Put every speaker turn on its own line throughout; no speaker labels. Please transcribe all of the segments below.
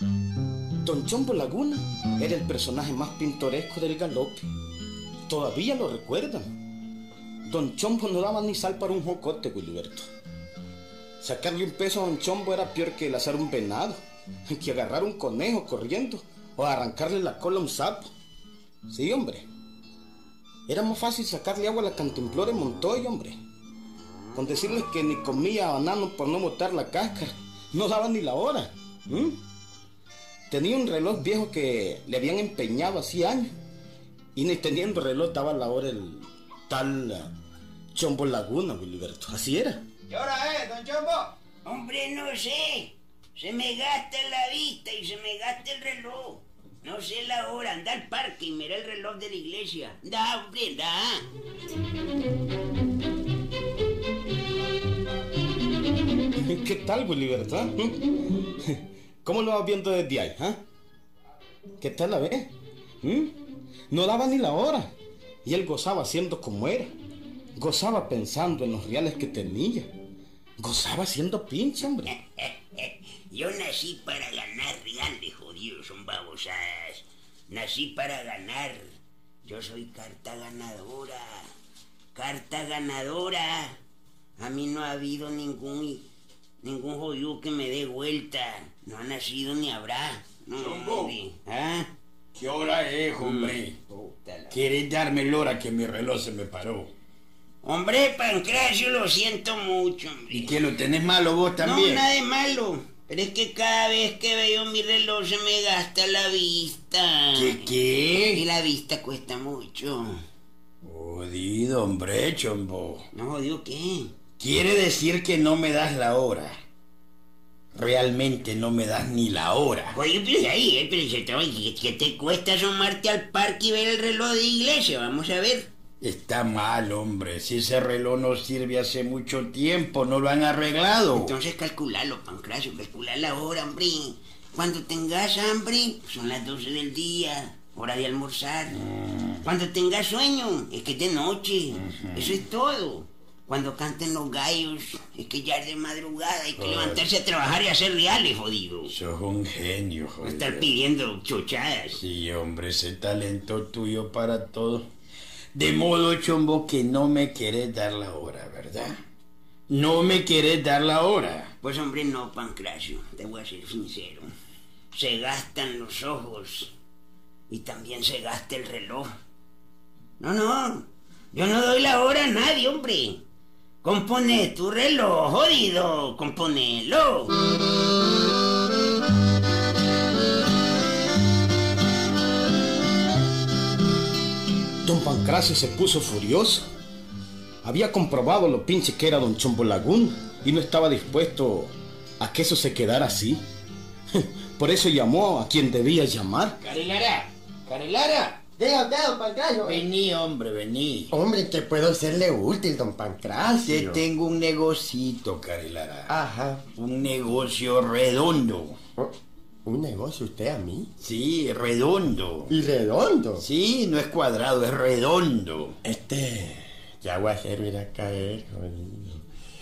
Don Chombo Laguna era el personaje más pintoresco del galope. Todavía lo recuerdan. Don Chombo no daba ni sal para un jocote, Gilberto. Sacarle un peso a Don Chombo era peor que el hacer un venado, que agarrar un conejo corriendo o arrancarle la cola a un sapo. Sí, hombre. Era más fácil sacarle agua a la cantimplora de Montoya, hombre. Con decirles que ni comía banano por no botar la cáscara, no daba ni la hora. ¿Mm? Tenía un reloj viejo que le habían empeñado hacía años. Y ni teniendo reloj daba la hora el tal uh, Chombo Laguna, Wilberto. Así era.
¿Qué hora es, eh, don Chombo?
Hombre, no sé. Se me gasta la vista y se me gasta el reloj. No sé la hora. Anda al parque y mira el reloj de la iglesia. Da, hombre, da.
¿Qué tal, Wilberto? ¿eh? ¿Cómo lo vas viendo desde ahí? ¿eh? ¿Qué tal la ves? ¿Mm? No daba ni la hora. Y él gozaba siendo como era. Gozaba pensando en los reales que tenía. Gozaba siendo pinche, hombre.
Yo nací para ganar reales, jodidos, son babosadas. Nací para ganar. Yo soy carta ganadora. Carta ganadora. A mí no ha habido ningún ningún jodido que me dé vuelta. No ha nacido ni habrá. No,
Chombo. ¿Ah? ¿Qué hora es, hombre? Mm. ¿Quieres darme la hora que mi reloj se me paró?
Hombre, Pancracio, lo siento mucho, hombre.
¿Y que lo tenés malo vos también?
No, nada de malo. Pero es que cada vez que veo mi reloj se me gasta la vista.
¿Qué qué?
Y la vista cuesta mucho.
Jodido, hombre, chombo.
No, jodido, ¿qué?
Quiere decir que no me das la hora. Realmente no me das ni la hora.
Oye, pero ahí, eh, pero yo que te cuesta asomarte al parque y ver el reloj de iglesia, vamos a ver.
Está mal, hombre. Si ese reloj no sirve hace mucho tiempo, no lo han arreglado.
Entonces calculalo, Pancracio, calcula la hora, hombre. Cuando tengas hambre, son las 12 del día, hora de almorzar. Mm. Cuando tengas sueño, es que es de noche. Uh -huh. Eso es todo cuando canten los gallos, es que ya es de madrugada, hay que Ay. levantarse a trabajar y hacer reales, jodido.
Sos un genio, jodido.
A estar pidiendo chochadas.
Sí, hombre, ese talento tuyo para todo. De modo, chombo, que no me querés dar la hora, ¿verdad? No me querés dar la hora.
Pues, hombre, no, Pancracio, te voy a ser sincero. Se gastan los ojos y también se gasta el reloj. No, no, yo no doy la hora a nadie, hombre. Compone tu reloj, jodido, componelo.
Don Pancracio se puso furioso. Había comprobado lo pinche que era don Chombo Lagún y no estaba dispuesto a que eso se quedara así. Por eso llamó a quien debía llamar.
Carilara, Carilara. Deja usted, don Pancracio.
Vení, hombre, vení.
Hombre, que puedo serle útil, don
Ah,
Pancracio.
Te tengo un negocito, Carilara.
Ajá.
Un negocio redondo.
¿Un negocio usted a mí?
Sí, redondo.
¿Y redondo?
Sí, no es cuadrado, es redondo.
Este, ya voy a hacer eh, ir a caer, jodido.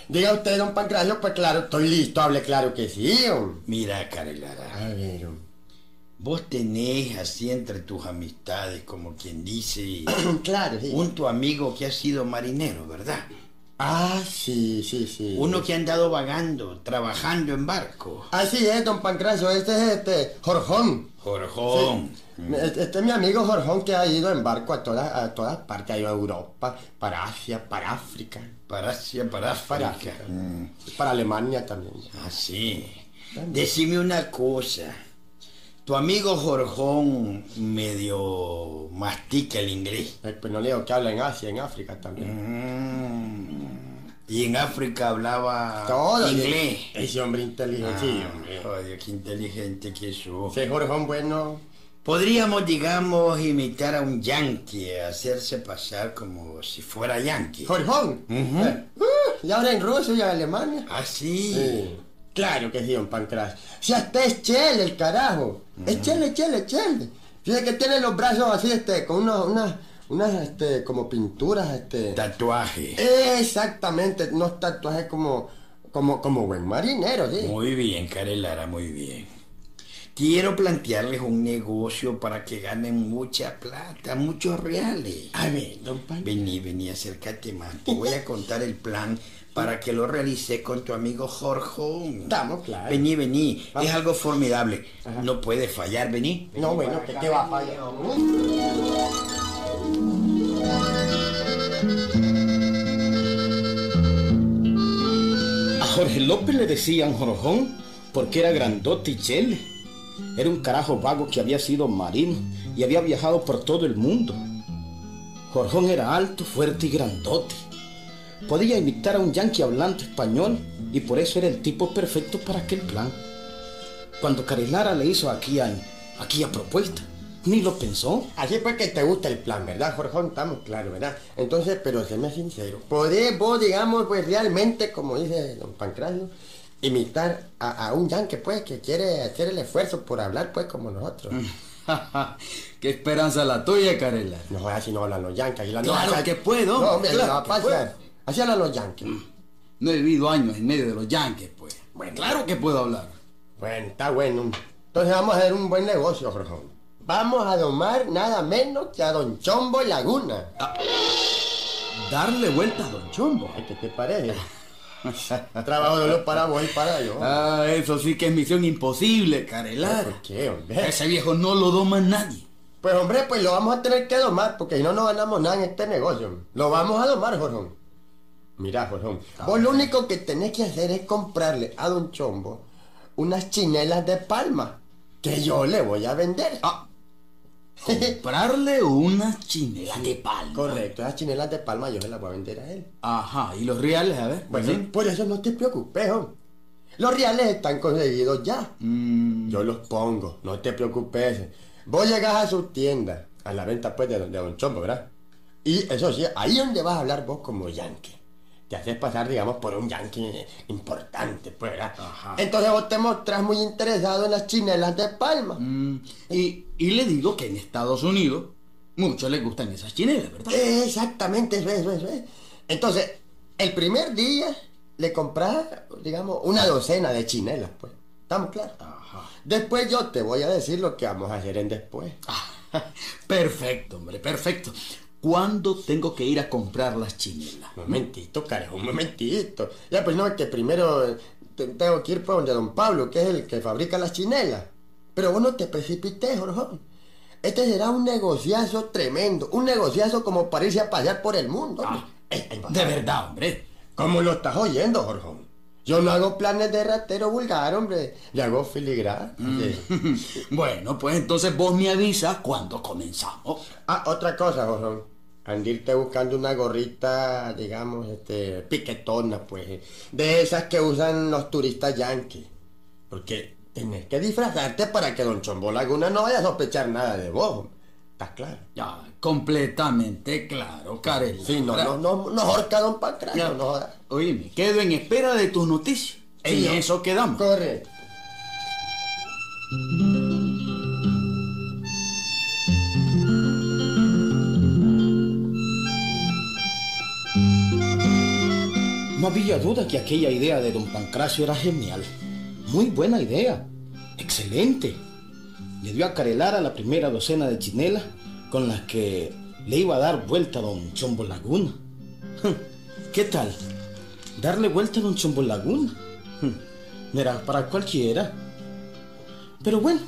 Diga usted, don Pancracio, pues claro, estoy listo, hable claro que sí, hombre.
Mira, Carilara.
A ver, hombre.
Vos tenés así entre tus amistades, como quien dice,
claro, sí.
un tu amigo que ha sido marinero, ¿verdad?
Ah, sí, sí, sí.
Uno que ha andado vagando, trabajando en barco.
Así es, don Pancracio, este es este, Jorjón.
Jorjón.
Sí. Mm. Este es mi amigo Jorjón que ha ido en barco a todas a todas partes, ha ido a Europa, para Asia, para África.
Para Asia, para África. Para, África. Mm.
para Alemania también.
Ah, sí. También. Decime una cosa. Tu amigo Jorjón medio mastica el inglés.
Eh, pues no leo que habla en Asia, en África también.
Mm. Y en África hablaba
Todo
inglés.
Ese hombre inteligente. Ah, sí, hombre.
Joder, qué inteligente que es.
Ese Jorjón bueno.
Podríamos, digamos, imitar a un yankee, hacerse pasar como si fuera yankee.
Jorjón.
Uh -huh.
Ah.
eh, uh, y ahora en Rusia y en Alemania.
Ah, sí. sí.
Claro que sí, don Pancras. Si hasta es chele el carajo. Es chele, chele, chele. Fíjate que tiene los brazos así, este, con unos, unas, unas, este, como pinturas, este.
Tatuaje.
Exactamente, unos tatuajes como, como, como buen marinero, sí.
Muy bien, Carelara, muy bien. Quiero plantearles un negocio para que ganen mucha plata, muchos reales.
A ver, don Pancras.
Vení, vení, acércate más. Te voy a contar el plan para que lo realice con tu amigo Jorjón.
Estamos, claro.
Vení, vení.
Vamos.
Es algo formidable. No puede fallar, vení.
No, bueno, que te va a fallar.
A Jorge López le decían Jorjón porque era grandote y chele. Era un carajo vago que había sido marino y había viajado por todo el mundo. Jorjón era alto, fuerte y grandote. Podía imitar a un yanqui hablante español y por eso era el tipo perfecto para aquel plan. Cuando Carelara le hizo aquella, aquella propuesta, ni lo pensó.
Así pues que te gusta el plan, ¿verdad, Jorjón? Estamos claros, ¿verdad? Entonces, pero séme sincero. ¿Podés vos, digamos, pues realmente, como dice don Pancracio, imitar a, a un yanque, pues, que quiere hacer el esfuerzo por hablar, pues, como nosotros?
Mm. ¡Qué esperanza la tuya, Carela!
No, así no hablan los yanques. Así la
Claro que puedo,
No, hombre, así
claro
no va a
que Mm.
pasar. Así hablan los yanques.
No he vivido años en medio de los yanques, pues. Bueno, claro que puedo hablar.
Bueno, está bueno. Entonces vamos a hacer un buen negocio, Jorjón. Vamos a domar nada menos que a Don Chombo Laguna.
Darle vueltas a Don Chombo.
Ay, ¿Qué te parece? Trabajo de lo para vos y para yo.
Ah, eso sí que es misión imposible, Carelar.
¿Por qué, hombre?
Ese viejo no lo doma nadie.
Pues hombre, pues lo vamos a tener que domar, porque si no, no ganamos nada en este negocio. Lo vamos a domar, Jorjón. Mirá, Jorjón. Vos lo único que tenés que hacer es comprarle a Don Chombo unas chinelas de palma que yo le voy a vender.
Ah. Comprarle unas chinelas de palma.
Correcto, esas chinelas de palma yo se las voy a vender a él.
Ajá, y los reales, a ver.
Pues
Pues
Bueno, por eso no te preocupes, hombre. Los reales están conseguidos ya. Yo los pongo, no te preocupes. Vos llegás a su tienda, a la venta pues de, de Don Chombo, ¿verdad? Y eso sí, ahí es donde vas a hablar vos como yankee. Te haces pasar, digamos, por un yankee importante, pues, ¿verdad?
Ajá.
Entonces vos te mostrás muy interesado en las chinelas de palma.
Mm, y, y le digo que en Estados Unidos muchos les gustan esas chinelas, ¿verdad?
Eh, Exactamente, eso es, eso es, eso es. Entonces, el primer día le compras, digamos, una docena de chinelas, pues. ¿Estamos claros? Después yo te voy a decir lo que vamos a hacer en después.
Ah, perfecto, hombre, perfecto. ¿Cuándo tengo que ir a comprar las chinelas?
Un momentito, carajo, un momentito. Ya, pues no, es que primero eh, te- tengo que ir por donde don Pablo, que es el que fabrica las chinelas. Pero vos no te precipites, Jorjón. Este será un negociazo tremendo, un negociazo como para irse a pasear por el mundo. hombre. Eh, ahí va.
De verdad, hombre.
¿Cómo lo estás oyendo, Jorjón? Yo no hago planes de ratero vulgar, hombre. Le hago filigrana. Sí.
Bueno, pues entonces vos me avisas cuando comenzamos.
Ah, otra cosa, Jorjón. Andirte buscando una gorrita, digamos, este, piquetona, pues. De esas que usan los turistas yanquis. Porque tenés que disfrazarte para que Don Chombo Laguna no vaya a sospechar nada de vos. ¿Estás claro?
Ya, completamente claro, Karen.
Sí, no, no, no, no horca Don Pancracio, no jodas.
Oye, me quedo en espera de tus noticias. en
Sí, no.
eso quedamos.
Correcto.
No había duda que aquella idea de don Pancracio era genial. Muy buena idea. Excelente. Le dio a Carelara la primera docena de chinelas con las que le iba a dar vuelta a don Chombo Laguna. Hm, ¿Qué tal? Darle vuelta a don Chombo Laguna. Hm, No era para cualquiera. Pero bueno,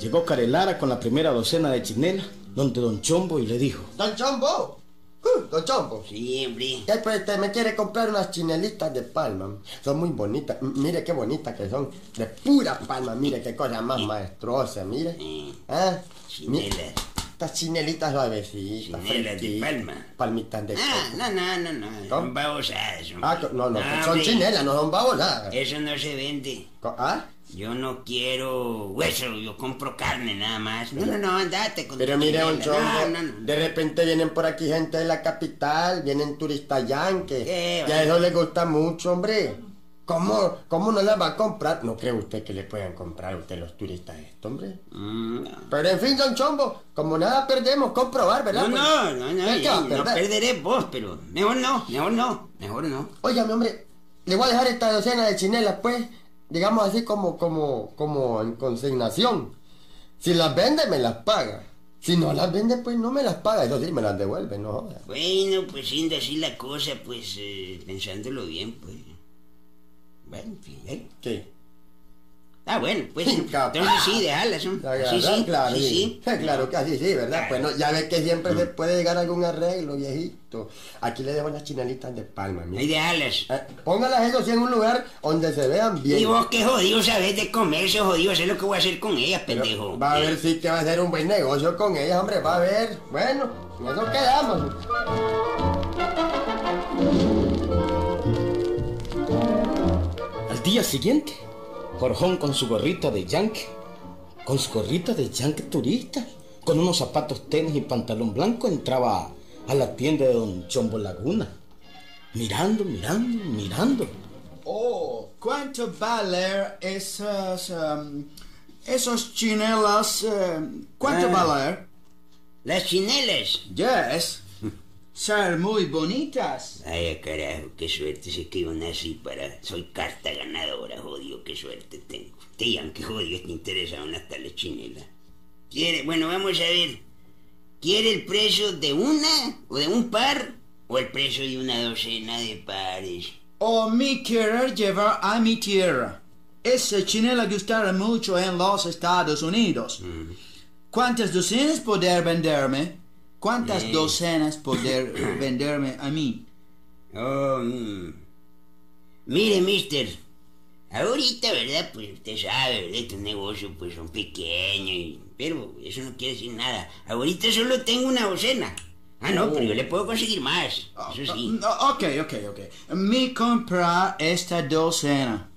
llegó Carelara con la primera docena de chinelas donde don Chombo y le dijo.
Don Chombo. Uh, don Chombo.
Sí, hombre.
Ya, pues, este, me quiere comprar unas chinelitas de palma. Son muy bonitas. M- Mire qué bonitas que son. De pura palma. Mire qué cosa más maestrosa. Mire.
Sí.
Ah, mi-
Chinelas.
Estas chinelitas suavecitas.
Chinelas de
fresquitas,
palma.
Palmitas de
Ah,
coco.
no, no, no, no.
¿Cómo?
Son babosadas. hombre.
Ah, co- no, no. que son
hombre,
chinelas, no son babonadas.
Eso no se vende.
Co- ¿Ah?
Yo no quiero hueso, yo compro carne nada más. No, no, no, andate con
Pero
tu
mire, don
chinela.
Chombo,
No, no, no.
de repente vienen por aquí gente de la capital, vienen turistas yanques.
¿Qué?
Y a eso les gusta mucho, hombre. ¿Cómo, ¿Cómo no las va a comprar? ¿No cree usted que le puedan comprar a usted los turistas esto, hombre?
Mm,
Pero en fin, don Chombo, como nada perdemos, comprobar, ¿verdad?
No,
pues?
no, no, no,
¿Qué va
ya,
a
no
perder?
perderé vos, pero mejor no, mejor no, mejor no.
Oiga, mi hombre, le voy a dejar esta docena de chinelas, pues, digamos así como, como, como en consignación. Si las vende, me las paga. Si no las vende, pues no me las paga. Eso sí, me las devuelve, no joda.
Bueno, pues siendo así la cosa, pues eh, pensándolo bien, pues. Bueno, en fin, ¿eh?
¿Qué?
Ah, bueno, pues
Incapaz.
entonces sí, déjala, son-
La
Sí,
agarran,
sí,
claro,
sí,
sí.
sí.
Eh, Claro que así, sí, ¿verdad?
Claro.
Pues no, ya ves que siempre se puede llegar a algún arreglo, viejito. Aquí le dejo las chinelitas de palma,
Ahí
mira.
déjalas.
Eh, póngalas eso sí en un lugar donde se vean bien.
Y vos qué jodido sabés de comercio, jodido, sé lo que voy a hacer con ellas,
Pero
pendejo. ¿Eh?
Va a ver si que va a hacer un buen negocio con ellas, hombre, va a ver. Bueno, en eso quedamos.
Al día siguiente, Jorjón con su gorrita de yankee, con su gorrita de yankee turista, con unos zapatos tenis y pantalón blanco, entraba a la tienda de don Chombo Laguna. Mirando, mirando, mirando.
Oh, ¿cuánto valer esas, em, esos chinelas? em, ¿Cuánto
Ah.
valer?
Las chinelas.
Yes. Ser muy bonitas.
Ay, carajo, qué suerte se que yo nací para... Soy carta ganadora, jodido, qué suerte tengo. Te digan que jodido te interesaron hasta las chinelas. Quiere, bueno, vamos a ver. ¿Quiere el precio de una o de un par? ¿O el precio de una docena de pares?
O Oh, mi querer llevar a mi tierra. Esa chinela gustará mucho en los Estados Unidos.
Mm.
¿Cuántas docenas poder venderme? ¿Cuántas
Eh.
docenas poder venderme a mí?
Oh, mm. Mire, mister. Ahorita, ¿verdad? Pues usted sabe, ¿verdad? Estos negocios pues son pequeños. y- Pero eso no quiere decir nada. Ahorita solo tengo una docena. Ah, no, pero yo le puedo conseguir más. Eso sí.
Ah, ok, ok, ok. Mi comprar esta docena.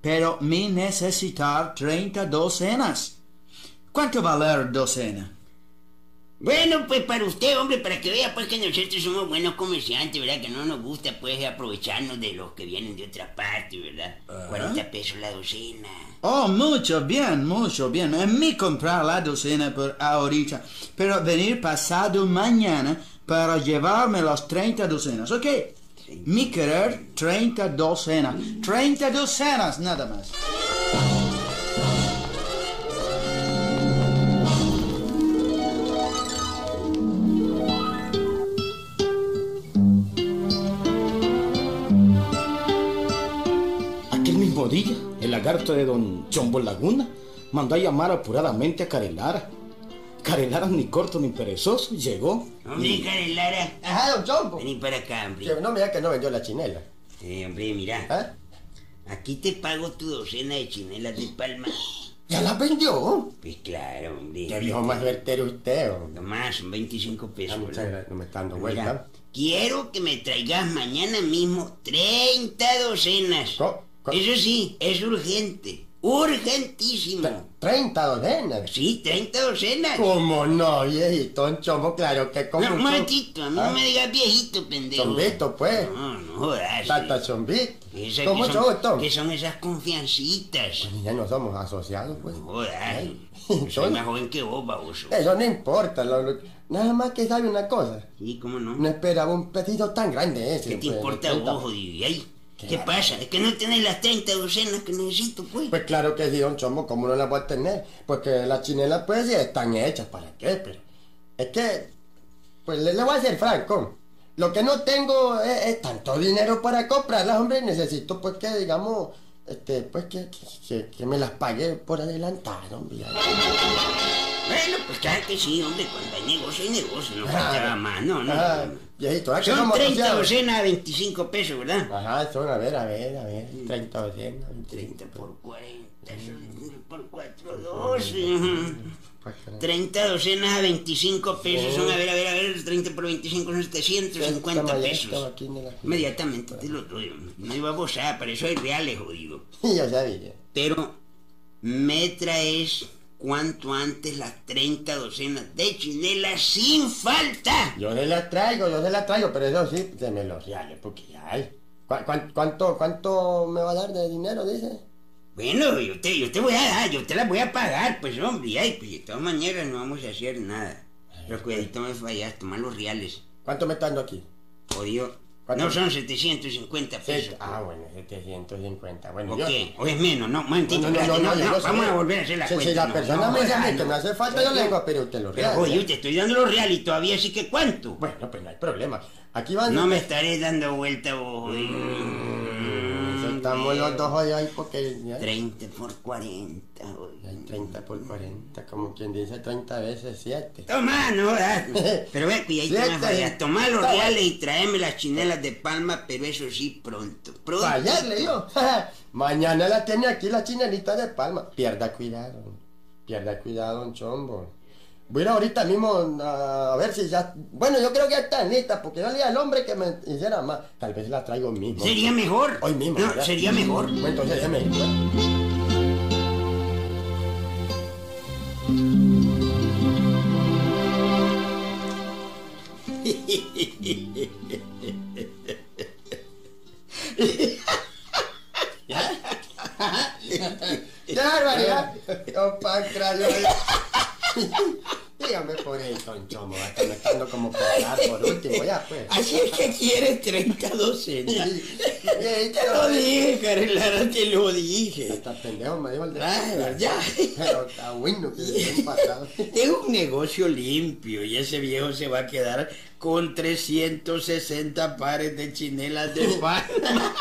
Pero mi necesitar 30 docenas. ¿Cuánto valer docena?
Bueno, pues para usted, hombre, para que vea pues que nosotros somos buenos comerciantes, ¿verdad? Que no nos gusta pues aprovecharnos de los que vienen de otra parte, ¿verdad? 40 pesos la docena.
Oh, mucho bien, mucho bien. A mí comprar la docena por ahorita, pero venir pasado mañana para llevarme las 30 docenas, ¿ok? Mi querer, 30 docenas. 30 docenas, nada más.
Aquel mismo día, el lagarto de don Chombo Laguna mandó a llamar apuradamente a Carelara. Carelara, ni corto ni perezoso, llegó.
Hombre, Karen Lara,
Ajá, don Chombo.
vení para acá,
Que
hombre.
no me diga que no vendió la chinela.
Eh, hombre, mirá.
¿Ah?
Aquí te pago tu docena de chinelas de palma.
¿Ya la vendió?
Pues claro, hombre.
Qué viejo más vertero usted, hombre.
Nomás, son 25
Ah,
pesos.
muchas
¿verdad?
gracias, no me está dando
Mira,
vuelta.
quiero que me traigas mañana mismo 30 docenas.
Co- co-
Eso sí, es urgente. Urgentísimo.
30 docenas.
Sí, 30 docenas.
¿Cómo no, viejito? Don Chombo, claro que como.
No, un momentito, a mí
Ah.
no me digas viejito, pendejo.
Chombito, pues.
No, no jodas.
Tata
eh.
Chombito.
Esas
Con
que
mucho
son-
gusto.
que son esas confiancitas?
Ya Pues no somos asociados, pues. Eh,
No jodas.
Ay,
Yo soy
entonces-
más joven que vos, baboso.
Eso no importa. lo- lo- nada más que sabe una cosa.
Sí, cómo no.
No esperaba un pedido tan grande ese.
¿Qué te
pues,
importa a
30.
vos, jodido? ¿Y ahí?
Qué
¿Qué
bárbaro.
pasa? Es que no tenés las 30 docenas que necesito, pues.
Pues claro que sí, don Chombo, ¿cómo no la voy a tener? Porque las chinelas, pues, sí están hechas, ¿para qué? Pero es que, pues, le, le voy a ser franco. Lo que no tengo es, es tanto dinero para comprarlas, hombre. Necesito, pues, que, digamos, este, pues, que, que- que me las pague por adelantado, hombre.
Bueno, pues claro que sí, hombre. Cuando hay negocio, hay negocio. No
Ah,
faltaba más, no, no.
Ah, viejito, ¿ah, que
Son
somos
30
asociados?
docenas a 25 pesos, ¿verdad?
Ajá, son, a ver, a ver, a ver, 30 docenas.
30 por 40, son por 4, 12. ajá.
Pues,
30 docenas a 25 pesos son, a ver, a ver, a ver, 30 por 25 son
Toma,
750
ya
pesos.
estaba aquí en el-
Inmediatamente te lo doy, hombre. No iba a abusar, para eso hay reales, jodido.
Ya sabía.
Pero me traes cuanto antes las 30 docenas de chinelas sin falta.
Yo se las traigo, yo se las traigo, pero eso sí, se me los reales, porque ya hay. ¿Cuá- cuán- cuánto, ¿Cuánto me va a dar de dinero, dice?
Bueno, yo te, yo te voy a dar, yo te la voy a pagar, pues hombre, ay, pues de todas maneras no vamos a hacer nada. Pero cuidadito me fallas, toma los reales.
¿Cuánto me está dando aquí?
Jodido.
¿Cuánto?
No son 750 pesos.
Sí, Ah, bueno, 750. Bueno,
¿O
yo...
qué? ¿O es menos? No, mantito,
No, no, no, no, no, yo no sé.
vamos a volver a hacer la
Si-
cuenta.
Si la
no,
persona
no,
pues, me dice
ah,
a mí que
no.
me hace falta, yo le digo, pero usted lo
Pero
real.
jodido, te estoy dando los reales y todavía sí que cuánto.
Bueno, pues no hay problema. Aquí van... Mm,
No me estaré dando vuelta vos, jodido.
Estamos los dos hoy ¿eh? ahí porque... ya-
30 por 40, jodido.
Hay 30 por 40, como quien dice 30 veces 7.
Toma, no jodas. Pero ve, cuidadito,
Siete.
me fallas. Tomá los
Está bueno.
reales y tráeme las chinelas de palma, pero eso sí, pronto. Pronto.
Fallarle yo. Mañana la tiene aquí la chinelita de palma. Pierda cuidado. Pierda cuidado, don Chombo. Voy a ir ahorita mismo a a ver si ya. Bueno, yo creo que ya están listas, porque no le dije al hombre que me hiciera más. Tal vez la traigo mismo.
Sería mejor.
Hoy mismo.
No,
¿verdad?
sería mejor.
Bueno, entonces déjeme ir, pues. ¡Qué barbaridad! ¡Oh, pancrayo! Dígame por ahí, don Chomo, hasta me está dando como pagar por último, ya pues.
Así es que quieres 30 docenas.
Ey,
Te lo dije, Carrelara, te lo dije.
Está pendejo, me dijo el de...
Ah, ¿verdad?
Pero está bueno que le den pasado.
Es un negocio limpio y ese viejo se va a quedar con 360 pares de chinelas de palma.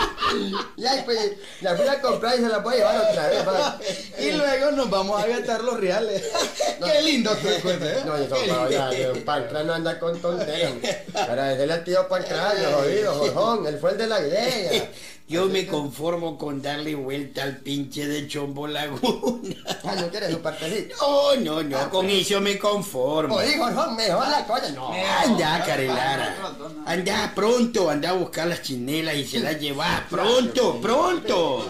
Y ahí pues, la fui a comprar y se la voy a llevar otra vez. va.
Y luego nos vamos a gastar los reales. Qué lindo tu recuerdo, ¿eh?
No, yo soy para allá, Pancra no anda con tonteras. Agradecerle al tío Pancra, jodido, jojón, él fue el de la guerra.
Yo me conformo con darle vuelta al pinche de Chombo Laguna.
Ah, ¿no quieres su partecito?
No, no, no, con eso me conformo.
Pues hijo, no, mejor la cosa, no.
Anda, Carelara. Anda pronto, anda a buscar las chinelas y se las llevas. Pronto, pronto.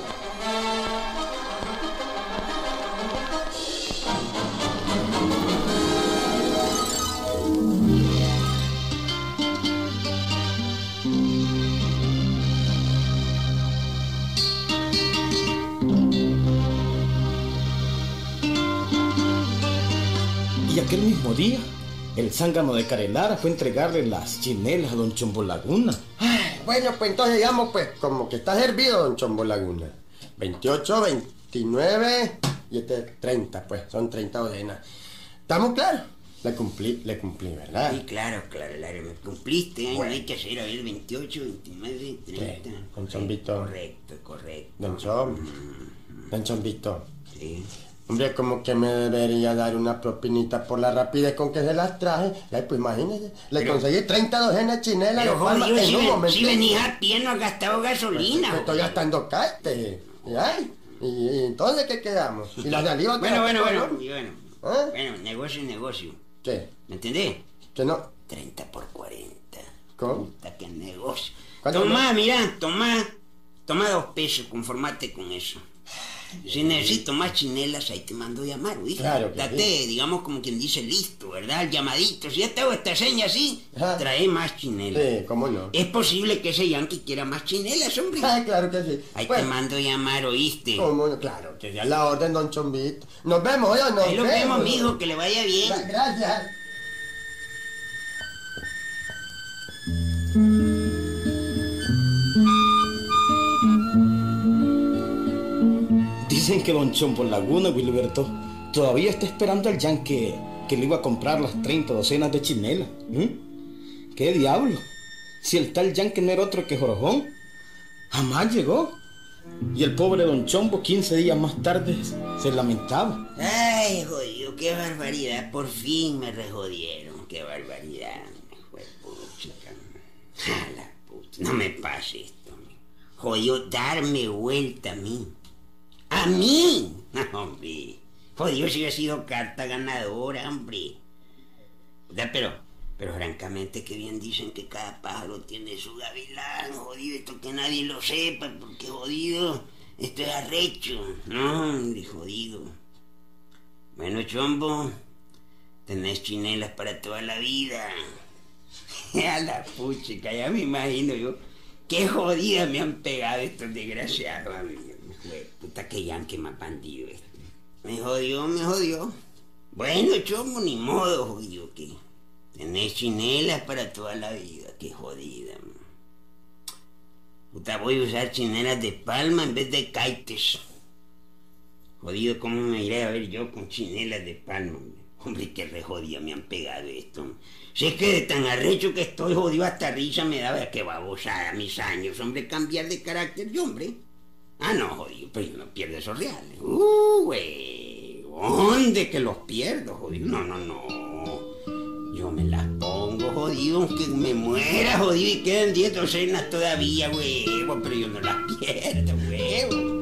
Y aquel mismo día, el zángano de Carelara fue a entregarle las chinelas a don Chombo Laguna.
Bueno, pues entonces digamos, pues, como que está servido, don Chombo Laguna. 28, 29 y este 30, pues, son 30 docenas. ¿Estamos claros? Le cumplí, le cumplí, ¿verdad?
Sí, claro, claro, claro, me cumpliste, ¿eh?
Bueno.
no hay que hacer a ver 28, 29, 30.
Sí, con chombito.
Correcto, correcto.
Don Chombo, don Chombito.
Sí.
Hombre, como que me debería dar una propinita por la rapidez con que se las traje. Ay, pues imagínese, le conseguí 30 docenas chinelas de
Pero
palma
jodido,
en un
si, ve-
momento. Pues,
si venís a pie no has gastado
Pues,
gasolina.
Me estoy
joder.
gastando carte. Y, ay, y, y entonces, ¿qué quedamos? Y la saliva...
Bueno, bueno, bueno,
¿Eh?
¿no?
bueno.
¿Ah?
Bueno, negocio es negocio.
¿Qué?
¿Me entendés?
¿Qué no?
30 por 40.
¿Cómo?
Puta, qué negocio.
¿Cuánto
Tomá, mirá, tomá. Tomá dos pesos, conformate con eso. Si necesito más chinelas, ahí te mando llamar, ¿oíste?
Claro que
Date,
sí.
digamos como quien dice, listo, ¿verdad? El llamadito. Si ya te hago esta seña así,
Ajá.
trae más chinelas.
Sí, ¿cómo no?
Es posible que ese yankee quiera más chinelas, hombre.
Ay, pues. claro que sí.
Ahí te
Bueno,
mando llamar, ¿oíste?
¿cómo no? Claro, que ya la orden, don Chombito. Nos vemos, oye, nos
Ahí lo vemos,
vemos.
amigo, que le vaya bien.
Gra- Gracias.
Dicen que don Chombo Laguna, Wilberto, todavía está esperando al yanque que le iba a comprar las 30 docenas de chinelas. ¿Mm? ¿Qué diablo? Si el tal yanque no era otro que Jorojón, jamás llegó. Y el pobre don Chombo 15 días más tarde se lamentaba.
Ay, jodido, qué barbaridad. Por fin me rejodieron. Qué barbaridad. Me fue pucha. A la puta. No me pase esto. hombre. Jodido, darme vuelta a mí. ¡A mí! No, hombre. Jodido, si yo he sido carta ganadora, hombre. Ya, pero, pero francamente que bien dicen que cada pájaro tiene su gavilán, jodido, esto que nadie lo sepa, porque jodido, esto es arrecho. No, hombre, jodido. Bueno, chombo, tenés chinelas para toda la vida. A la pucha, que ya me imagino yo Qué jodida me han pegado estos desgraciados. a mí. Jue- Puta que yanque más bandido este. Me jodió, me jodió. Bueno, chomo, ni modo, jodido que. Tenés chinelas para toda la vida, qué jodida. man. Puta, voy a usar chinelas de palma en vez de kites. Jodido, ¿cómo me iré a ver yo con chinelas de palma? hombre? Hombre, qué re jodido me han pegado esto. Si es que de tan arrecho que estoy jodido hasta risa me daba que babosada mis años, hombre, cambiar de carácter yo, hombre. Ah, no, jodido, pero yo no pierdo esos reales. Uh, güey, ¿dónde que los pierdo, jodido? No, no, no. Yo me las pongo, jodido, aunque me muera, jodido, y quedan 10 docenas todavía, huevo, pero yo no las pierdo, huevo.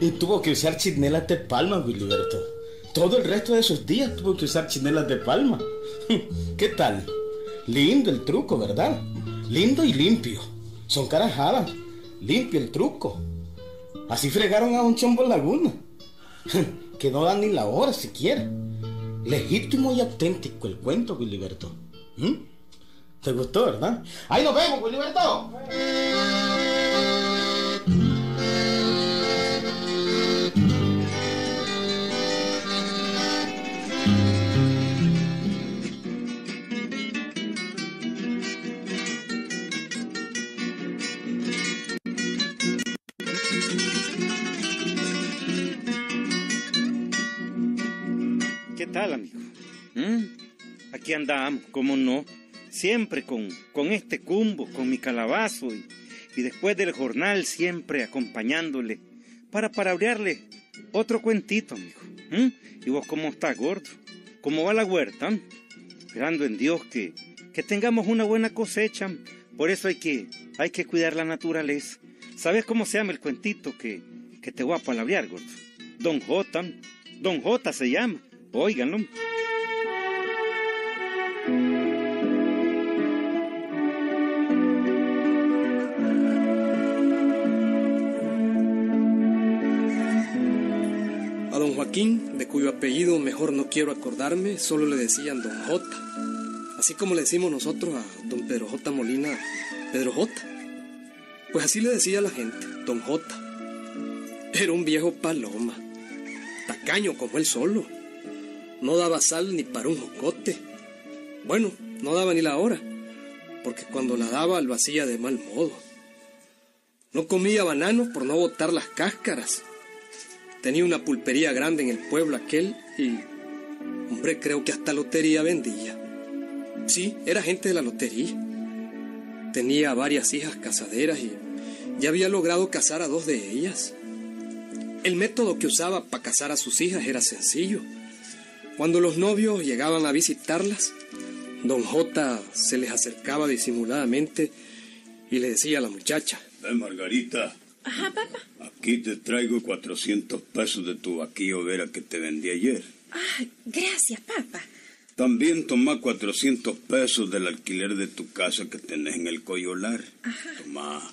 Y tuvo que usar chinelas de palma, Gilberto. Todo el resto de esos días tuvo que usar chinelas de palma. ¿Qué tal? Lindo el truco, ¿verdad? Lindo y limpio. Son carajadas. Limpio el truco. Así fregaron a un chombo en laguna. que no dan ni la hora siquiera. Legítimo y auténtico el cuento, Gilberto. ¿Mm? ¿Te gustó, verdad? ¡Ahí nos vemos, Gilberto!
¿Qué tal, amigo? ¿Mm? Aquí andamos, como no, siempre con, con este cumbo, con mi calabazo y, y después del jornal siempre acompañándole para palabrearle otro cuentito, amigo. ¿Mm? ¿Y vos cómo estás, gordo? ¿Cómo va la huerta? am? Esperando en Dios que, que tengamos una buena cosecha. am. Por eso hay que, hay que cuidar la naturaleza. ¿Sabes cómo se llama el cuentito que, que te voy a palabrear, gordo? Don J. am. Don J se llama. Óiganlo.
A don Joaquín, de cuyo apellido mejor no quiero acordarme, solo le decían don J. Así como le decimos nosotros a don Pedro J. Molina, Pedro J. Pues así le decía la gente, don J. Era un viejo paloma, tacaño como él solo. No daba sal ni para un jocote. Bueno, no daba ni la hora, porque cuando la daba lo hacía de mal modo. No comía bananos por no botar las cáscaras. Tenía una pulpería grande en el pueblo aquel y... Hombre, creo que hasta lotería vendía. Sí, era gente de la lotería. Tenía varias hijas casaderas y ya había logrado casar a dos de ellas. El método que usaba para casar a sus hijas era sencillo. Cuando los novios llegaban a visitarlas, don J se les acercaba disimuladamente y le decía a la muchacha,
Ve, Margarita,
Ajá, papá.
aquí te traigo 400 pesos de tu vaquillo vera que te vendí ayer.
Ah, gracias, papá.
También toma 400 pesos del alquiler de tu casa que tenés en el Coyolar. Toma,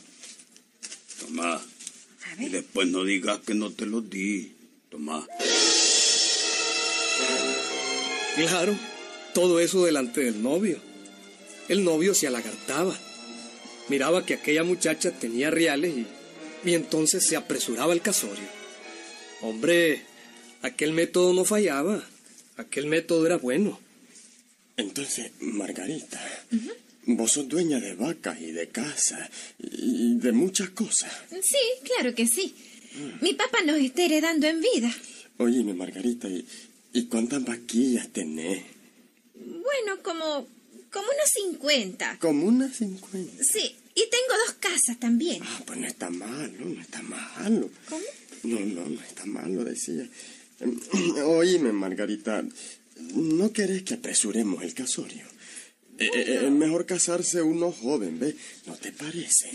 toma.
A
Y
ver,
después no digas que no te lo di. Toma.
Claro, todo eso delante del novio. El novio se alagartaba. Miraba que aquella muchacha tenía reales y, y entonces se apresuraba al casorio. Hombre, aquel método no fallaba. Aquel método era bueno.
Entonces, Margarita, vos sos dueña de vacas y de casa y de muchas cosas.
sí, claro que sí. Mi papá nos está heredando en vida.
Oíme, Margarita, ¿y, y cuántas vaquillas tenés?
Bueno, como, como unos 50.
Como unas 50.
Sí, y tengo dos casas también.
Ah, pues no está malo, no está malo.
¿Cómo?
No, no, no está malo, decía. Oíme, Margarita, ¿no querés que apresuremos el casorio? Eh, eh, eh, mejor casarse uno joven, ¿ves? ¿No te parece?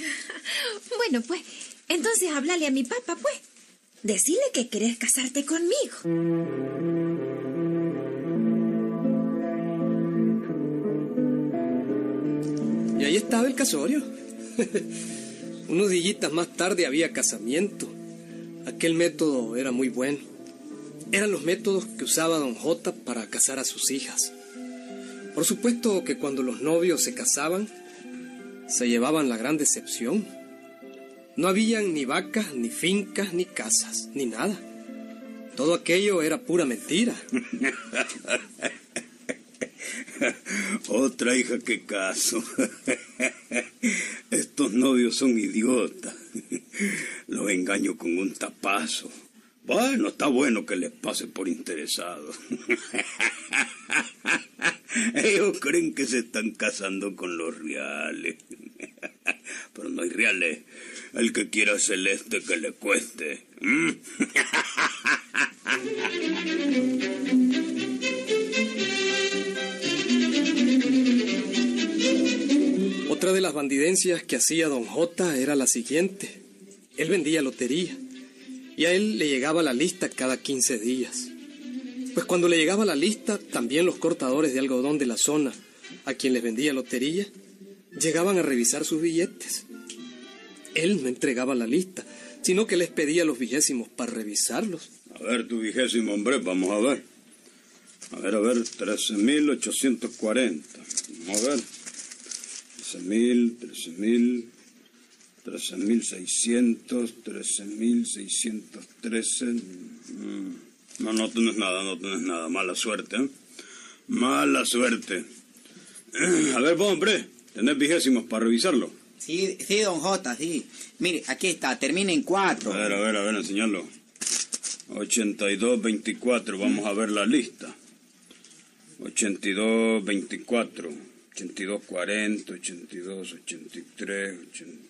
Bueno, pues, entonces háblale a mi papá, pues. Decirle que querés casarte conmigo.
Y ahí estaba el casorio. Unos dillitas más tarde había casamiento. Aquel método era muy bueno. Eran los métodos que usaba don J para casar a sus hijas. Por supuesto que cuando los novios se casaban, se llevaban la gran decepción. No habían ni vacas, ni fincas, ni casas, ni nada. Todo aquello era pura mentira.
Otra hija que caso. Estos novios son idiotas. Los engaño con un tapazo. Bueno, está bueno que les pase por interesados. Ellos creen que se están casando con los reales. Pero no hay reales. El que quiera celeste que le cueste. ¿Mm?
Otra de las bandidencias que hacía don J era la siguiente. Él vendía lotería y a él le llegaba la lista cada 15 días. Pues cuando le llegaba la lista, también los cortadores de algodón de la zona, a quien les vendía lotería, llegaban a revisar sus billetes. Él no entregaba la lista, sino que les pedía los vigésimos para revisarlos.
A ver, tu vigésimo hombre, vamos a ver. A ver, a ver, 13.840. Vamos a ver. 13.000, 13.000, 13.600, 13.613. Mm. No, no tenés nada, no tenés nada. Mala suerte, ¿eh? Mala suerte. A ver, vos, hombre, tenés vigésimos para revisarlo.
Sí, sí, don J, sí. Mire, aquí está, termina en cuatro.
A ver, a ver, a ver, enseñalo. 82-24, vamos a ver la lista. 82-24, 82-40, 82-83, 82-80.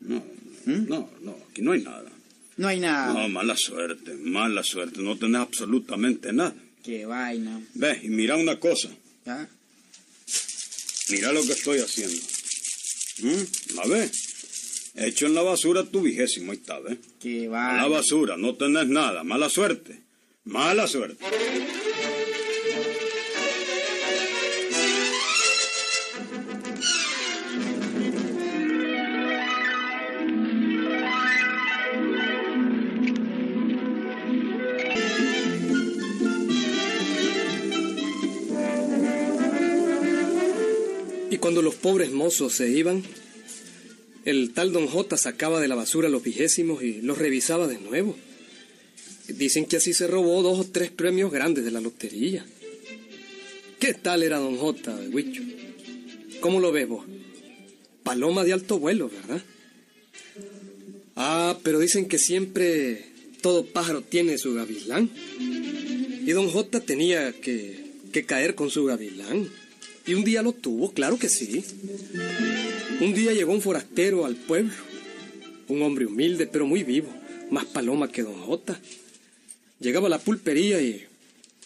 No, no, no, aquí no hay nada.
No hay
Ah.
nada.
No, mala suerte, mala suerte, no tenés absolutamente nada.
Qué vaina.
Ve, y mira una cosa,
¿Ah?
mira lo que estoy haciendo. ¿Mm? ¿La ves? Hecho en la basura tu vigésimo, ¿eh? ahí está, ¿ves?
Qué
A la
vaina.
basura, no tenés nada. Mala suerte. Mala suerte.
Y cuando los pobres mozos se iban, el tal don J sacaba de la basura los vigésimos y los revisaba de nuevo. Dicen que así se robó dos o tres premios grandes de la lotería. ¿Qué tal era don J, Huicho? ¿Cómo lo ves vos? Paloma de alto vuelo, ¿verdad? Ah, pero dicen que siempre todo pájaro tiene su gavilán. Y don J tenía que, que caer con su gavilán. Y un día lo tuvo, claro que sí. Un día llegó un forastero al pueblo, un hombre humilde pero muy vivo, más paloma que don Jota. Llegaba a la pulpería y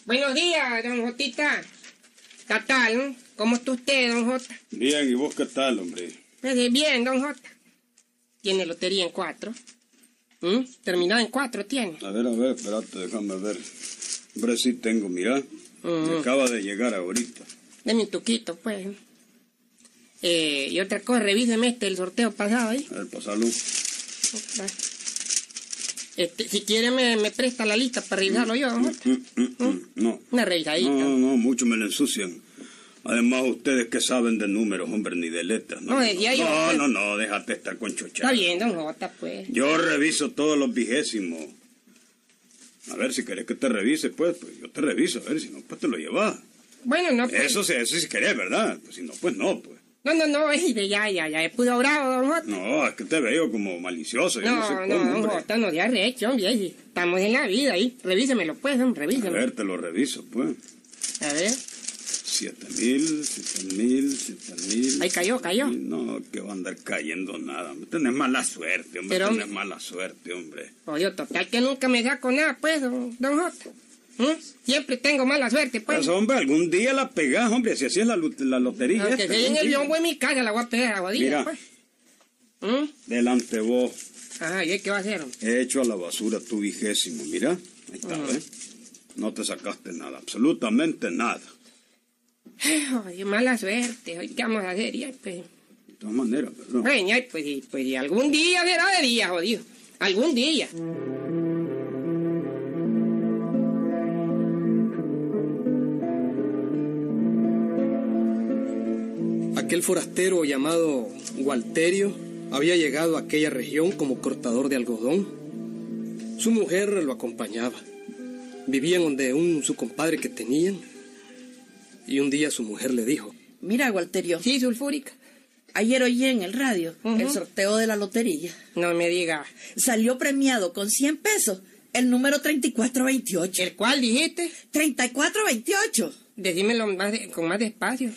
Buenos días, don Jotita. ¿Qué tal? eh? ¿Cómo está usted, don Jota?
Bien, ¿y vos qué tal, hombre?
Pues bien, don Jota. Tiene lotería en cuatro. ¿Mm? Terminada en cuatro tiene.
A ver, a ver, espérate, déjame ver. Hombre, sí tengo, mirá. Me
Ujú.
acaba de llegar ahorita.
Deme un tuquito, pues. Eh, y otra cosa, revíseme este, el sorteo pasado ahí.
A ver, pasalo.
Este, si quiere, me, me presta la lista para revisarlo yo, don Jota.
Mm, mm, mm, No.
Una revisadita.
No, no, no, mucho me lo ensucian. Además, ustedes que saben de números, hombre, ni de letras.
No, decía yo,
No,
pues.
no, no, déjate estar con
Está
chochada.
bien, don Jota, pues.
Yo reviso todos los vigésimos. A ver, si querés que te revise, pues, pues yo te reviso. A ver, si no, pues te lo llevas.
Bueno, no, pues.
Eso, sí, eso si querés, ¿verdad? Pues si no, pues no, pues.
No, no, no, eh, ya, ya, ya, es puro bravo, don Jota.
No, es que te veo como malicioso. Yo no, sé
No,
cómo,
no,
hombre.
no, Jota, no seas recho, hombre. ahí sí. Estamos en la vida ahí. Revísemelo, pues, hombre,
A
revísemelo.
ver, te lo reviso, pues.
A ver.
Siete mil, siete mil, siete mil.
Ahí cayó, cayó.
No, que va a andar cayendo nada. hombre. Tenés mala suerte, hombre.
Pero,
Tenés
hombre.
mala suerte, hombre.
Oye, total que nunca me saco nada, pues, don, don Jota. ¿Mm? Siempre tengo mala suerte, pues.
Pues, hombre, algún día la pegás, hombre. Si así es la, lu- la lotería.
Aunque
esta,
sea en
algún
el
día.
biombo en mi casa, la voy a pegar a guadilla,
Mira,
pues. ¿Mm?
delante vos.
Ajá, ¿y ahí qué va a hacer? hombre?
He hecho a la basura tu vigésimo, mira. Ahí está,
Ajá.
¿eh? No te sacaste nada, absolutamente nada.
Ay, mala suerte. ay, ¿Qué vamos a hacer? Ya, pues.
De todas maneras, perdón.
Bueno, ay, pues, y- pues, y algún día será de día, jodido. Algún día.
aquel forastero llamado Gualterio había llegado a aquella región como cortador de algodón. Su mujer lo acompañaba. Vivían donde un su compadre que tenían. Y un día su mujer le dijo,
Mira, Walterio. Sí, sulfúrica. Ayer oí en el radio el sorteo de la lotería. No me diga. Salió premiado con 100 pesos el número 3428. ¿El cuál dijiste? 3428. Decímelo con más despacio.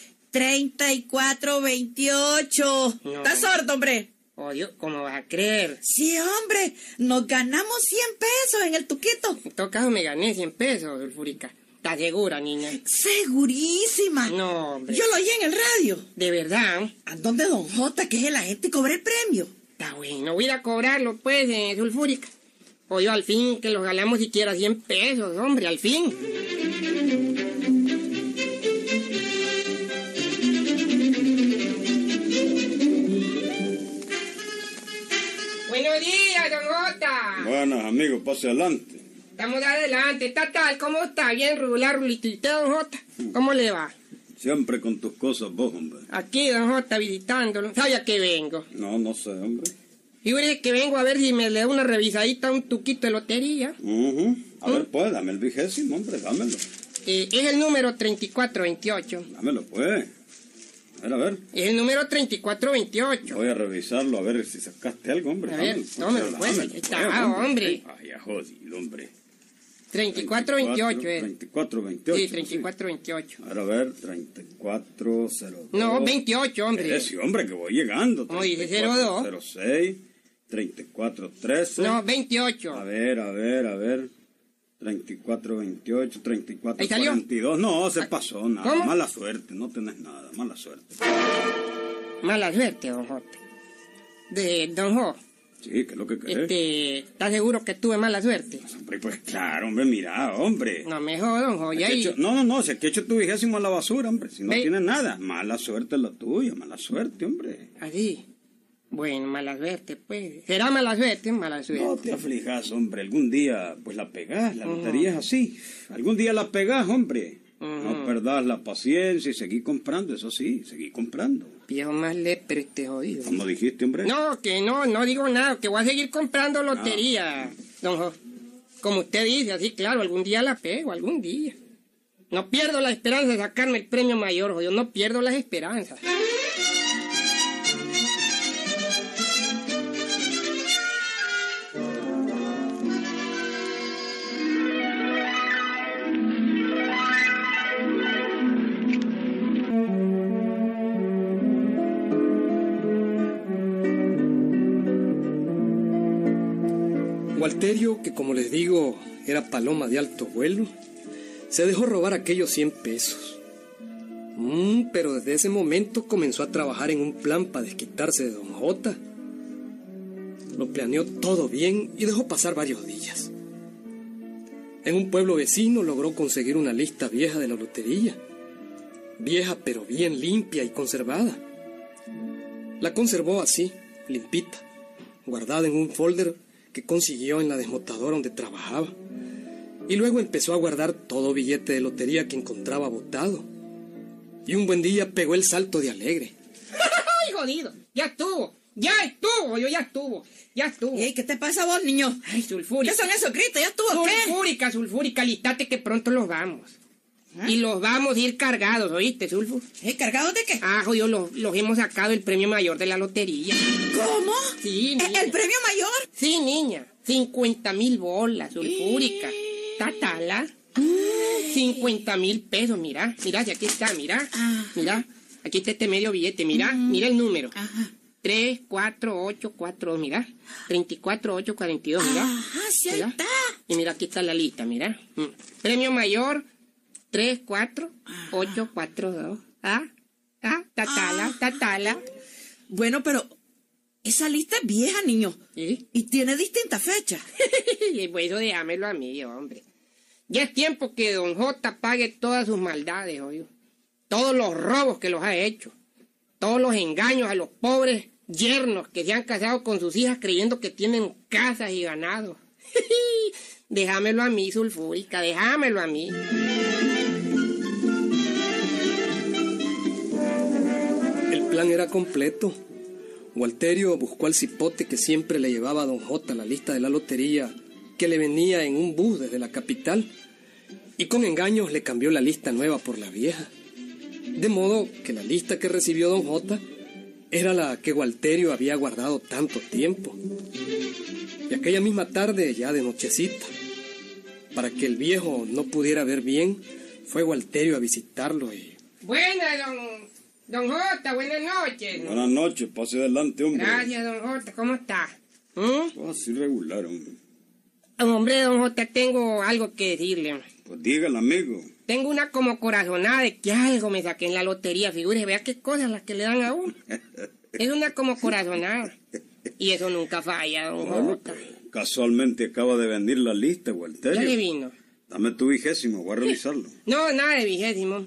3428.
No.
¿Estás sordo, hombre?
Oye, ¿cómo vas a creer?
Sí, hombre. Nos ganamos 100 pesos en el tuquito.
En todo caso me gané 100 pesos, Sulfúrica. ¿Estás segura, niña?
Segurísima.
No, hombre.
Yo lo oí en el radio.
De verdad. ¿eh?
¿A dónde don Jota, que es el agente, cobré el premio?
Está bueno, voy a ir a cobrarlo, pues, eh, Sulfúrica. Oye, al fin que los ganamos siquiera 100 pesos, hombre, al fin. Buenos días, don Jota.
Buenas, amigos, pase adelante.
Estamos adelante. ¿Está tal? ¿Cómo está? Bien, regular, rulitito, don Jota. ¿Cómo le va?
Siempre con tus cosas, vos, hombre.
Aquí, don Jota, visitándolo. ¿Sabía que vengo?
No, no sé, hombre.
Fíjese que vengo a ver si me le da una revisadita a un tuquito de lotería.
Ujú. A ver, pues, dame el vigésimo, hombre, dámelo.
Eh, es el número 3428.
Dámelo, pues. A ver, a ver.
Es el número 3428.
Voy a revisarlo, a ver si sacaste algo, hombre.
A ver,
Dámelo, pues,
tómelo, pues,
dámelo,
ahí está, ah, hombre.
Ay, ya jodido, hombre.
3428 era.
24, 28.
eh. Sí, 3428.
Ahora a ver, 34, 02.
No, 28, hombre.
Ese hombre que voy llegando.
Oye,
34, 06, 34, 13.
No, 28.
A ver, a ver, a ver. 34, 28, 34,
Ahí salió. Ah,
42. No, se pasó, nada.
¿Cómo?
Mala suerte, no tenés nada, mala suerte.
Mala suerte, don Jota. De, don Jo,
¿Eh? Sí, que es lo que querés.
este, ¿estás seguro que tuve mala suerte?
Hombre, pues claro, hombre, mira, hombre.
No me jodas, don Jo, y
Aquí
ahí-
hecho- no, no, no, si aquí hecho tu vigésimo a la basura, hombre. Si no
Ve-
tienes nada, mala suerte la tuya, mala suerte, hombre.
Así. Bueno, mala suerte, pues. Será mala suerte, mala suerte.
No te aflijas, hombre. Algún día, pues la pegás, la lotería es así. Algún día la pegás, hombre. No perdás la paciencia y seguí comprando, eso sí, seguí comprando.
Viejo más lepre este jodido.
Como dijiste, hombre.
No, que no, no digo nada, que voy a seguir comprando lotería, don Jo. Como usted dice, así claro, algún día la pego, algún día. No pierdo la esperanza de sacarme el premio mayor, jo, yo no pierdo las esperanzas.
Walterio, que como les digo era paloma de alto vuelo, se dejó robar aquellos 100 pesos. Mm, pero desde ese momento comenzó a trabajar en un plan para desquitarse de Don Jota. Lo planeó todo bien y dejó pasar varios días. En un pueblo vecino logró conseguir una lista vieja de la lotería. Vieja pero bien limpia y conservada. La conservó así, limpita, guardada en un folder que consiguió en la desmotadora donde trabajaba. Y luego empezó a guardar todo billete de lotería que encontraba botado. Y un buen día pegó el salto de alegre.
¡Ay, jodido! ¡Ya estuvo! ¡Ya estuvo! Yo ya estuvo. Ya estuvo. Ey,
¿qué te pasa a vos, niño?
Ay, sulfúrica.
¿Qué son esos gritos? ¿Ya estuvo o ¿Eh? qué?
Sulfúrica, sulfúrica, listate que pronto los vamos. Y los vamos a ir cargados, ¿oíste, Sulfur?
¿Eh, ¿Cargados de qué?
Ah, jodido, los, los hemos sacado el premio mayor de la lotería.
¿Cómo? ¿E-,
Sí, niña.
¿El premio mayor?
Sí, niña. 50 mil bolas, sulfúrica. Tatala. Ah. 50 mil pesos, mira. Mira, si aquí está, mira. Mira. Aquí está este medio billete, mira. Mira el número.
Ah.
Tres, cuatro, ocho, cuatro, dos, mira. Treinta y cuatro, ocho, cuarenta y dos, mira.
Ah. sí, ahí
Mira.
está.
Y mira, aquí está la lista, mira. Mm. Premio mayor, tres, cuatro, ocho, cuatro, dos. Ah, ah, tatala, tatala.
Bueno, pero esa lista es vieja, niño. Y tiene distintas fechas.
pues eso déjamelo a mí, hombre. Ya es tiempo que Don J pague todas sus maldades, oye. Todos los robos que los ha hecho. Todos los engaños a los pobres yernos que se han casado con sus hijas creyendo que tienen casas y ganados. déjamelo a mí, sulfúrica, déjamelo a mí.
El plan era completo. Walterio buscó al cipote que siempre le llevaba a don J la lista de la lotería que le venía en un bus desde la capital y con engaños le cambió la lista nueva por la vieja. De modo que la lista que recibió don J era la que Walterio había guardado tanto tiempo. Y aquella misma tarde, ya de nochecita, para que el viejo no pudiera ver bien, fue Walterio a visitarlo y
Buena, don, don Jota, buenas noches.
Buenas noches, pase adelante, hombre.
Gracias, don Jota, ¿cómo está? ¿Mm?
Todo así regular, hombre.
Hombre, don Jota, tengo algo que decirle.
Pues dígale, amigo.
Tengo una como corazonada de que algo me saqué en la lotería, figúrese, vea qué cosas las que le dan a uno. Es una como corazonada. Y eso nunca falla, don
Bueno, pues,
Jota.
Casualmente acaba de venir la lista,
Ya le
Walterio.
vino.
Dame tu vigésimo, voy a revisarlo.
No, nada de vigésimo.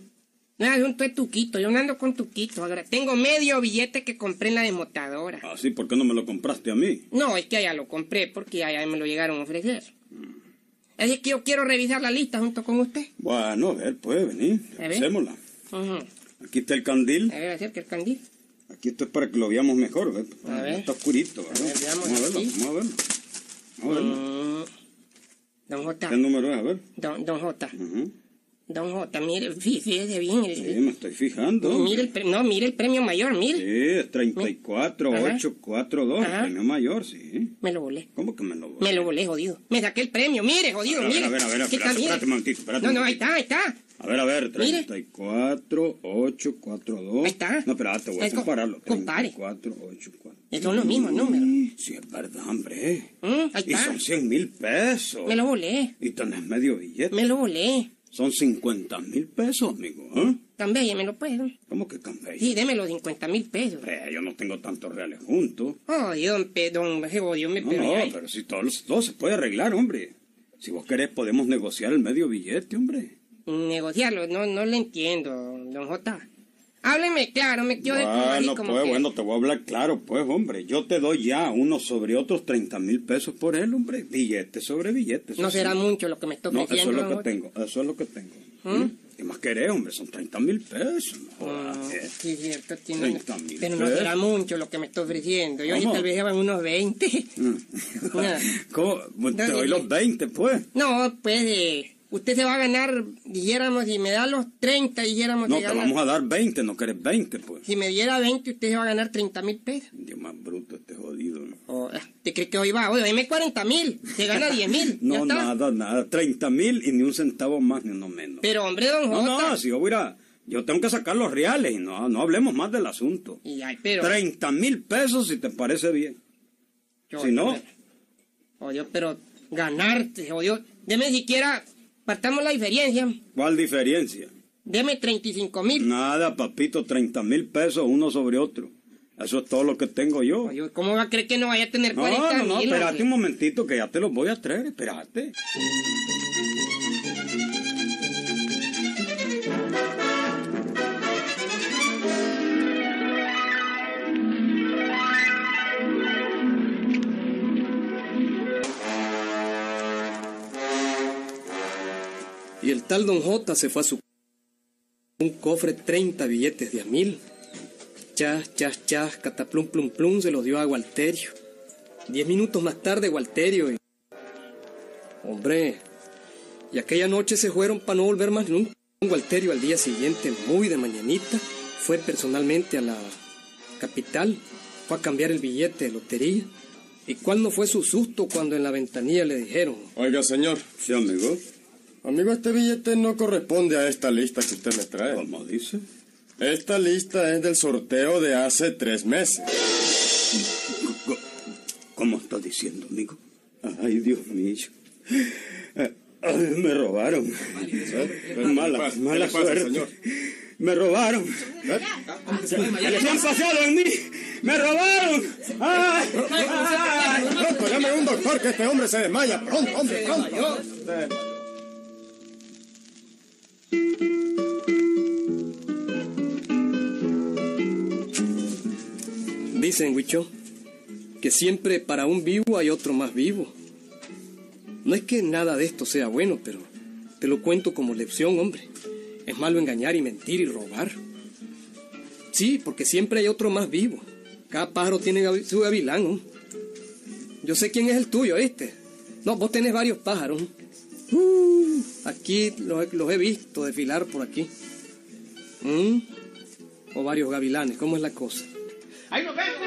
No es asunto de tuquito, yo no ando con tuquito. Ahora tengo medio billete que compré en la desmotadora.
Ah, sí, ¿por qué no me lo compraste a mí?
No, es que allá lo compré porque allá me lo llegaron a ofrecer. Así que yo quiero revisar la lista junto con usted.
Bueno, a ver, puede venir.
A ver.
Hacémosla.
Ujú.
Aquí está el candil.
A ver, acerca el candil.
Aquí esto es para que lo veamos mejor, ¿ves?
A ver.
Está oscurito, ¿verdad?
veamos
vamos a verlo,
aquí.
vamos a verlo. Vamos a verlo.
Don Jota.
¿Qué número es? A ver.
Don, don Jota. Don Jota, mire, fí- fíjese bien. El,
Sí, me estoy fijando.
mire el pre- no, mire el premio mayor, mire.
Sí, es 34,
Ajá.
8, 4, 2.
Ajá.
Premio mayor, sí.
Me lo volé.
¿Cómo que me lo volé?
Me lo volé, jodido. Me saqué el premio, mire, jodido,
A ver,
mire.
a ver, a ver,
Aquí está,
espérate,
mire.
espérate un momentito, espérate
No,
un
no, ahí está, ahí está.
A ver, a ver,
Mire.
34, 8, 4, 2. Ahí está. No, espérate, voy a
Es co-
compararlo.
compare.
34, 8, 4.
Son los mismos números.
Sí, es verdad, hombre.
Mm, ahí
Y
está.
son 100 mil pesos.
Me lo volé.
Y tenés medio billete.
Me lo volé.
Son 50 mil pesos, amigo. ¿eh?
También, me lo puedo.
¿Cómo que campeón?
Sí, deme los 50 mil pesos.
Eh, yo no tengo tantos reales juntos.
Oh, don, pe- don, jodido, me
No,
pero
no,
ay,
pero si todos, todo se puede arreglar, hombre. Si vos querés, podemos negociar el medio billete, hombre.
Negociarlo, no, no le entiendo, don J. Hábleme claro, me quiero descubrir
Bueno, pues,
como que-
bueno, te voy a hablar claro, pues, hombre. Yo te doy ya unos sobre otros 30 mil pesos por él, hombre. Billete sobre billete. eso
No
sí.
será mucho lo que me está
No, eso es
ofreciendo.
lo que
don
tengo, eso es lo que tengo.
Jota. ¿Mm? Ah.
¿Qué más querés, hombre? Son 30 mil pesos. no jodas, eh.
Sí, cierto, tiene.
30 mil
Pero no
pesos.
será mucho lo que me está ofreciendo. Yo ahí
¿Cómo?
tal vez llevan unos 20. Nada.
¿Cómo? Bueno, Te
No,
doy
dime.
los 20, pues.
No, pues, eh, usted se va a ganar, dijéramos, si me da los 30, dijéramos,
No,
se
te
gana-
vamos a dar 20, no querés 20, pues.
Si me diera 20, usted se va a ganar 30 mil pesos. eh,
Dios más bruto este jodido. ¿no?
¿Te crees que hoy va? Oye, deme 40 mil, se gana 10 mil. ya
No,
está.
nada, nada. 30 mil y ni un centavo más ni uno menos.
Pero, hombre, don
No,
Jota.
no, si yo voy a... Yo tengo que sacar los reales y no, no hablemos más del asunto.
Y ay, pero.
30 mil pesos si te parece bien.
Yo-
si no,
Odio, pero ganarte, odio. Deme siquiera, partamos la diferencia.
¿cuál diferencia?
Deme 35 mil.
Nada, papito, 30 mil pesos uno sobre otro. Eso es todo lo que tengo yo.
¿Cómo va a creer que no vaya a tener
No,
40
no,
mil?
no, espérate
hombre?
un momentito que ya te los voy a traer, espérate.
Y el tal Don J se fue a su un cofre 30 billetes de a mil. Chas, chas, chas, cataplum, plum, plum, se los dio a Walterio. Diez minutos más tarde, Walterio eh. y... Hombre, y aquella noche se fueron para no volver más nunca. Walterio al día siguiente, muy de mañanita, fue personalmente a la capital, fue a cambiar el billete de lotería. ¿Y cuál no fue su susto cuando en la ventanilla le dijeron?
Oiga, señor.
Sí, amigo.
Amigo, este billete no corresponde a esta lista que usted me trae.
¿Cómo dice?
Esta lista es del sorteo de hace tres meses.
¿Cómo estás diciendo, amigo? Ay, Dios mío. Eh, ay, me robaron. Mala,
pasa? ¿Qué
mala
le pasa,
suerte.
señor?
Me robaron. Les han pasado en mí. Me robaron. Ay, ay.
Pronto, llame a un doctor que este hombre se desmaya. Pronto, hombre, pronto.
Dicen, Huicho, que siempre para un vivo hay otro más vivo. No es que nada de esto sea bueno, pero te lo cuento como lección, hombre. Es malo engañar y mentir y robar. Sí, porque siempre hay otro más vivo. Cada pájaro tiene gavi- su gavilán. ¿no? Yo sé quién es el tuyo, ¿viste? No, vos tenés varios pájaros. ¿no? Uh, aquí los, he- los he visto desfilar por aquí. ¿Mm? O varios gavilanes, ¿cómo es la cosa?
¡Ahí nos vemos!